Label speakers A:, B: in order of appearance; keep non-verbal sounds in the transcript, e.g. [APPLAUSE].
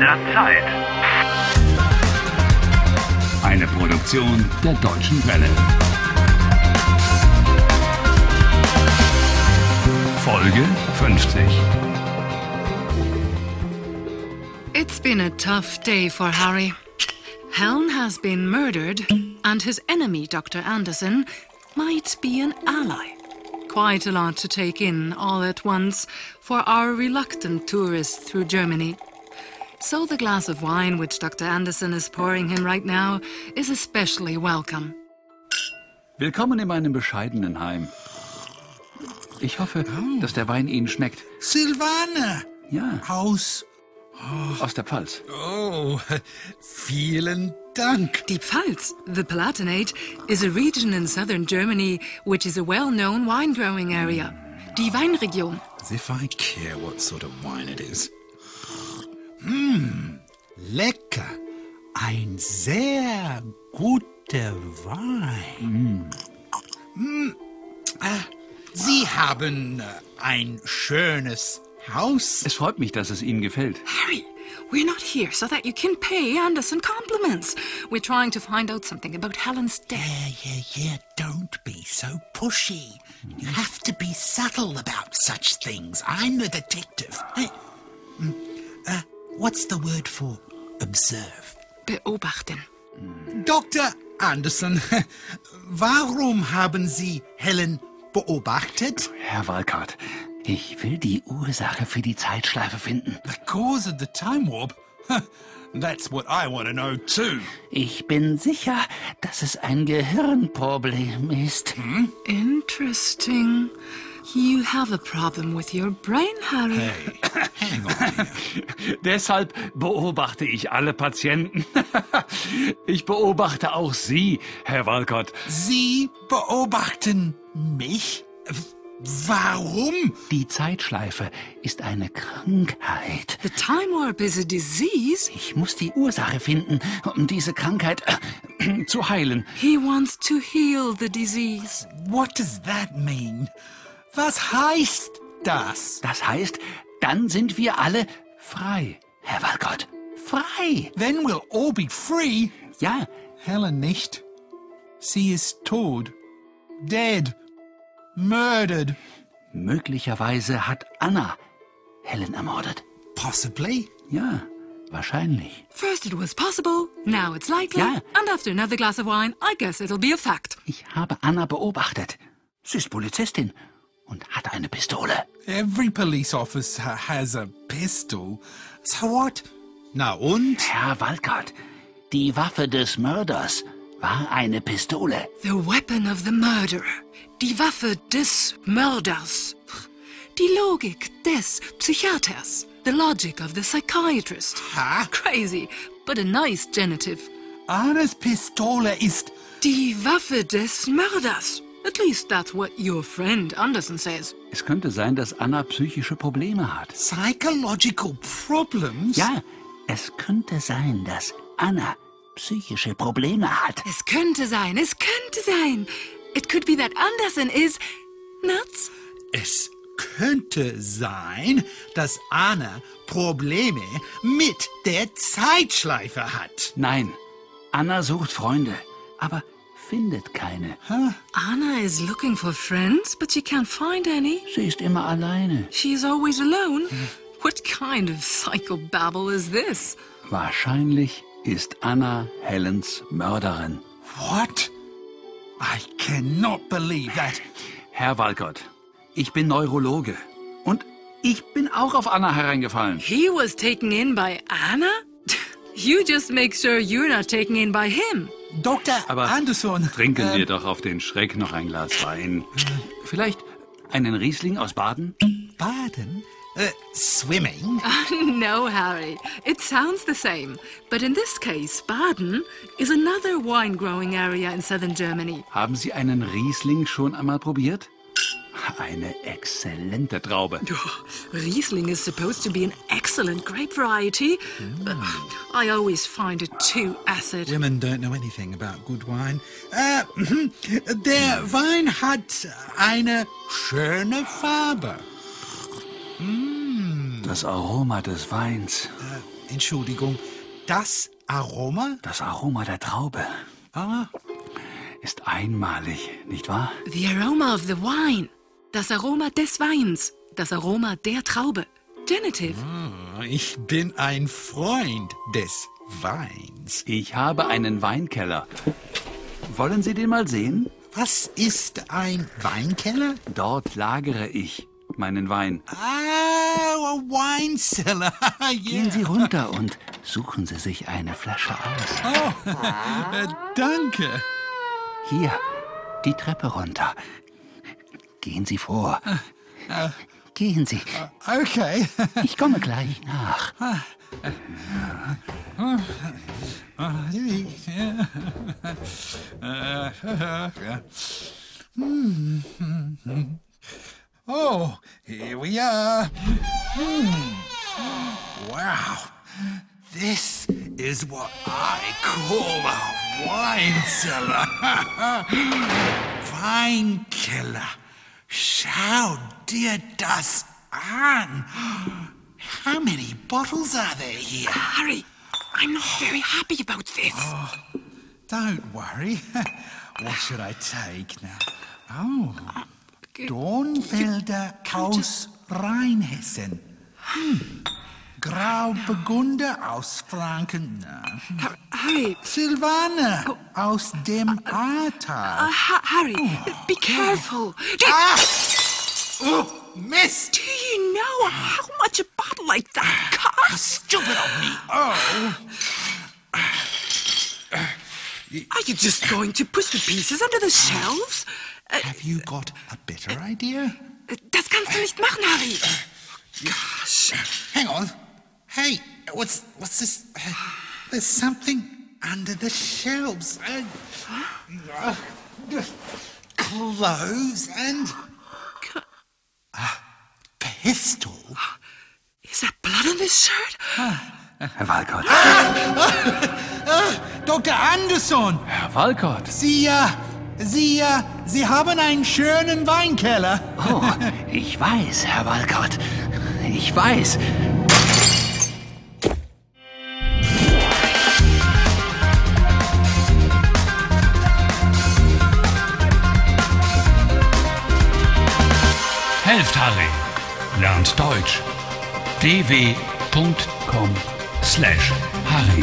A: der Zeit.
B: Eine Produktion der Deutschen Welle. Folge 50.
C: It's been a tough day for Harry. Helm has been murdered, and his enemy, Dr. Anderson, might be an ally. Quite a lot to take in all at once for our reluctant tourist through Germany. So, the glass of wine which Dr. Anderson is pouring him right now is especially welcome.
B: Willkommen in meinem bescheidenen Heim. Ich hoffe, dass der Wein Ihnen schmeckt.
D: Silvana!
B: Ja,
D: Aus.
B: aus der Pfalz.
D: Oh, vielen Dank.
C: Die Pfalz, the Palatinate, is a region in southern Germany which is a well known wine growing area. Die Weinregion.
D: As if I care what sort of wine it is. Mmm, lecker. Ein sehr guter Wein. Mm. Ah, Sie haben äh, ein schönes Haus.
B: Es freut mich, dass es Ihnen gefällt.
C: Harry, we're not here so that you can pay Anderson compliments. We're trying to find out something about Helen's death.
D: Yeah, yeah, yeah. Don't be so pushy. You have to be subtle about such things. I'm the detective. Hey, mm, uh, what's the word for observe?
C: Beobachten.
D: Dr. Anderson, [LAUGHS] warum haben Sie Helen beobachtet?
B: Herr Walkart, ich will die Ursache für die Zeitschleife finden.
D: The cause of the time warp? [LAUGHS] That's what I want to know too.
B: Ich bin sicher, dass es ein Gehirnproblem ist.
C: Interesting. You have a problem with your brain, Harry.
D: Hang on. here.
B: [LAUGHS] Deshalb beobachte ich alle Patienten. [LAUGHS] ich beobachte auch Sie, Herr Walcott.
D: Sie beobachten mich? Warum?
B: Die Zeitschleife ist eine Krankheit.
C: The time warp is a disease.
B: Ich muss die Ursache finden, um diese Krankheit äh, [CLEARS THROAT] zu heilen.
C: He wants to heal the disease.
D: What does that mean? Was heißt das?
B: Das heißt, dann sind wir alle frei, Herr Walcott. Frei.
D: Then we'll all be free.
B: Ja,
D: Helen nicht. Sie ist tot. Dead. Murdered.
B: möglicherweise hat Anna Helen ermordet.
D: Possibly.
B: Ja, wahrscheinlich.
C: First it was possible, now it's likely.
B: Yeah.
C: And after another glass of wine, I guess it'll be a fact.
B: Ich habe Anna beobachtet. Sie ist Polizistin und hat eine Pistole.
D: Every police officer has a pistol. So what? Na und?
B: Herr Walcott, die Waffe des Mörders war eine Pistole.
C: The weapon of the murderer. Die Waffe des Mörders. Die Logik des Psychiaters. The logic of the psychiatrist.
D: Ha?
C: Crazy, but a nice genitive.
D: Annas Pistole ist...
C: Die Waffe des Mörders. At least that's what your friend Anderson says.
B: Es könnte sein, dass Anna psychische Probleme hat.
D: Psychological problems?
B: Ja, es könnte sein, dass Anna psychische Probleme hat.
C: Es könnte sein, es könnte sein. It could be that Anderson is nuts.
D: Es könnte sein, dass Anna Probleme mit der Zeitschleife hat.
B: Nein, Anna sucht Freunde, aber findet keine.
C: Anna is looking for friends, but she can't find any.
B: Sie ist immer alleine.
C: She's always alone. What kind of psychobabble is this?
B: Wahrscheinlich ist Anna Helens Mörderin.
D: What? I cannot believe that.
B: Herr Walcott, ich bin Neurologe und ich bin auch auf Anna hereingefallen.
C: He was taken in by Anna? [LAUGHS] you just make sure you're not taken in by him. [LAUGHS]
D: Dr.
B: Aber
D: Anderson.
B: Trinken
D: ähm,
B: wir doch auf den Schreck noch ein Glas Wein. Vielleicht einen Riesling aus Baden?
D: Baden? Äh, swimming?
C: no, Harry. It sounds the same. But in this case, Baden is another wine growing area in southern Germany. [LAUGHS]
B: Haben Sie einen Riesling schon einmal probiert? Eine exzellente Traube.
C: Oh, Riesling is supposed to be an excellent grape variety, but I always find it too acid.
D: Women don't know anything about good wine. Äh, der Wein hat eine schöne Farbe.
B: Das Aroma des Weins.
D: Entschuldigung, das Aroma?
B: Das Aroma der Traube
D: Ah,
B: ist einmalig, nicht wahr?
C: The aroma of the wine. Das Aroma des Weins. Das Aroma der Traube. Genitive.
D: ich bin ein Freund des Weins.
B: Ich habe einen Weinkeller. Wollen Sie den mal sehen?
D: Was ist ein Weinkeller?
B: Dort lagere ich meinen Wein.
D: Ah, a wine [LAUGHS] cellar. yeah.
B: Gehen Sie runter und suchen Sie sich eine Flasche aus.
D: Äh, danke.
B: Hier, die Treppe runter. Gehen Sie vor. Gehen Sie.
D: Okay. [LAUGHS]
B: Ich komme gleich nach.
D: [LAUGHS] Oh, here we are. Hmm. Wow. This is what I call a wine cellar. [LAUGHS] wine killer. Schau dir das an. How many bottles are there here?
A: Harry, I'm not very happy about this.
D: Don't worry. [LAUGHS] what should I take now? Oh, Dornfelder aus Rheinhessen. Hmm. Grauburgunder aus Franken.
A: Har- Harry,
D: Silvaner aus dem Ahrtal. Ah!
A: uh, ha- Harry, be careful. Do,
D: Oh, Mist!
A: do you know how much a bottle like that costs?
D: Stupid of me. Oh,
A: Are you just going to push the pieces under the shelves? Äh,
D: have you got a better idea?
A: das kannst du nicht machen, Harry. Gosh.
D: Hang on. Hey, what's what's this? Uh, There's something under the shelves. Uh, uh, clothes and
A: C-
D: pistol.
A: Is that blood on this shirt?
B: Herr Walcott.
D: Dr. Anderson,
B: Herr Walcott.
D: Sie, äh, Sie, äh, Sie haben einen schönen Weinkeller.
B: Oh, ich weiß, Herr Walcott. Ich weiß.
E: Helft Harry. Lernt Deutsch. dw.com slash Harry.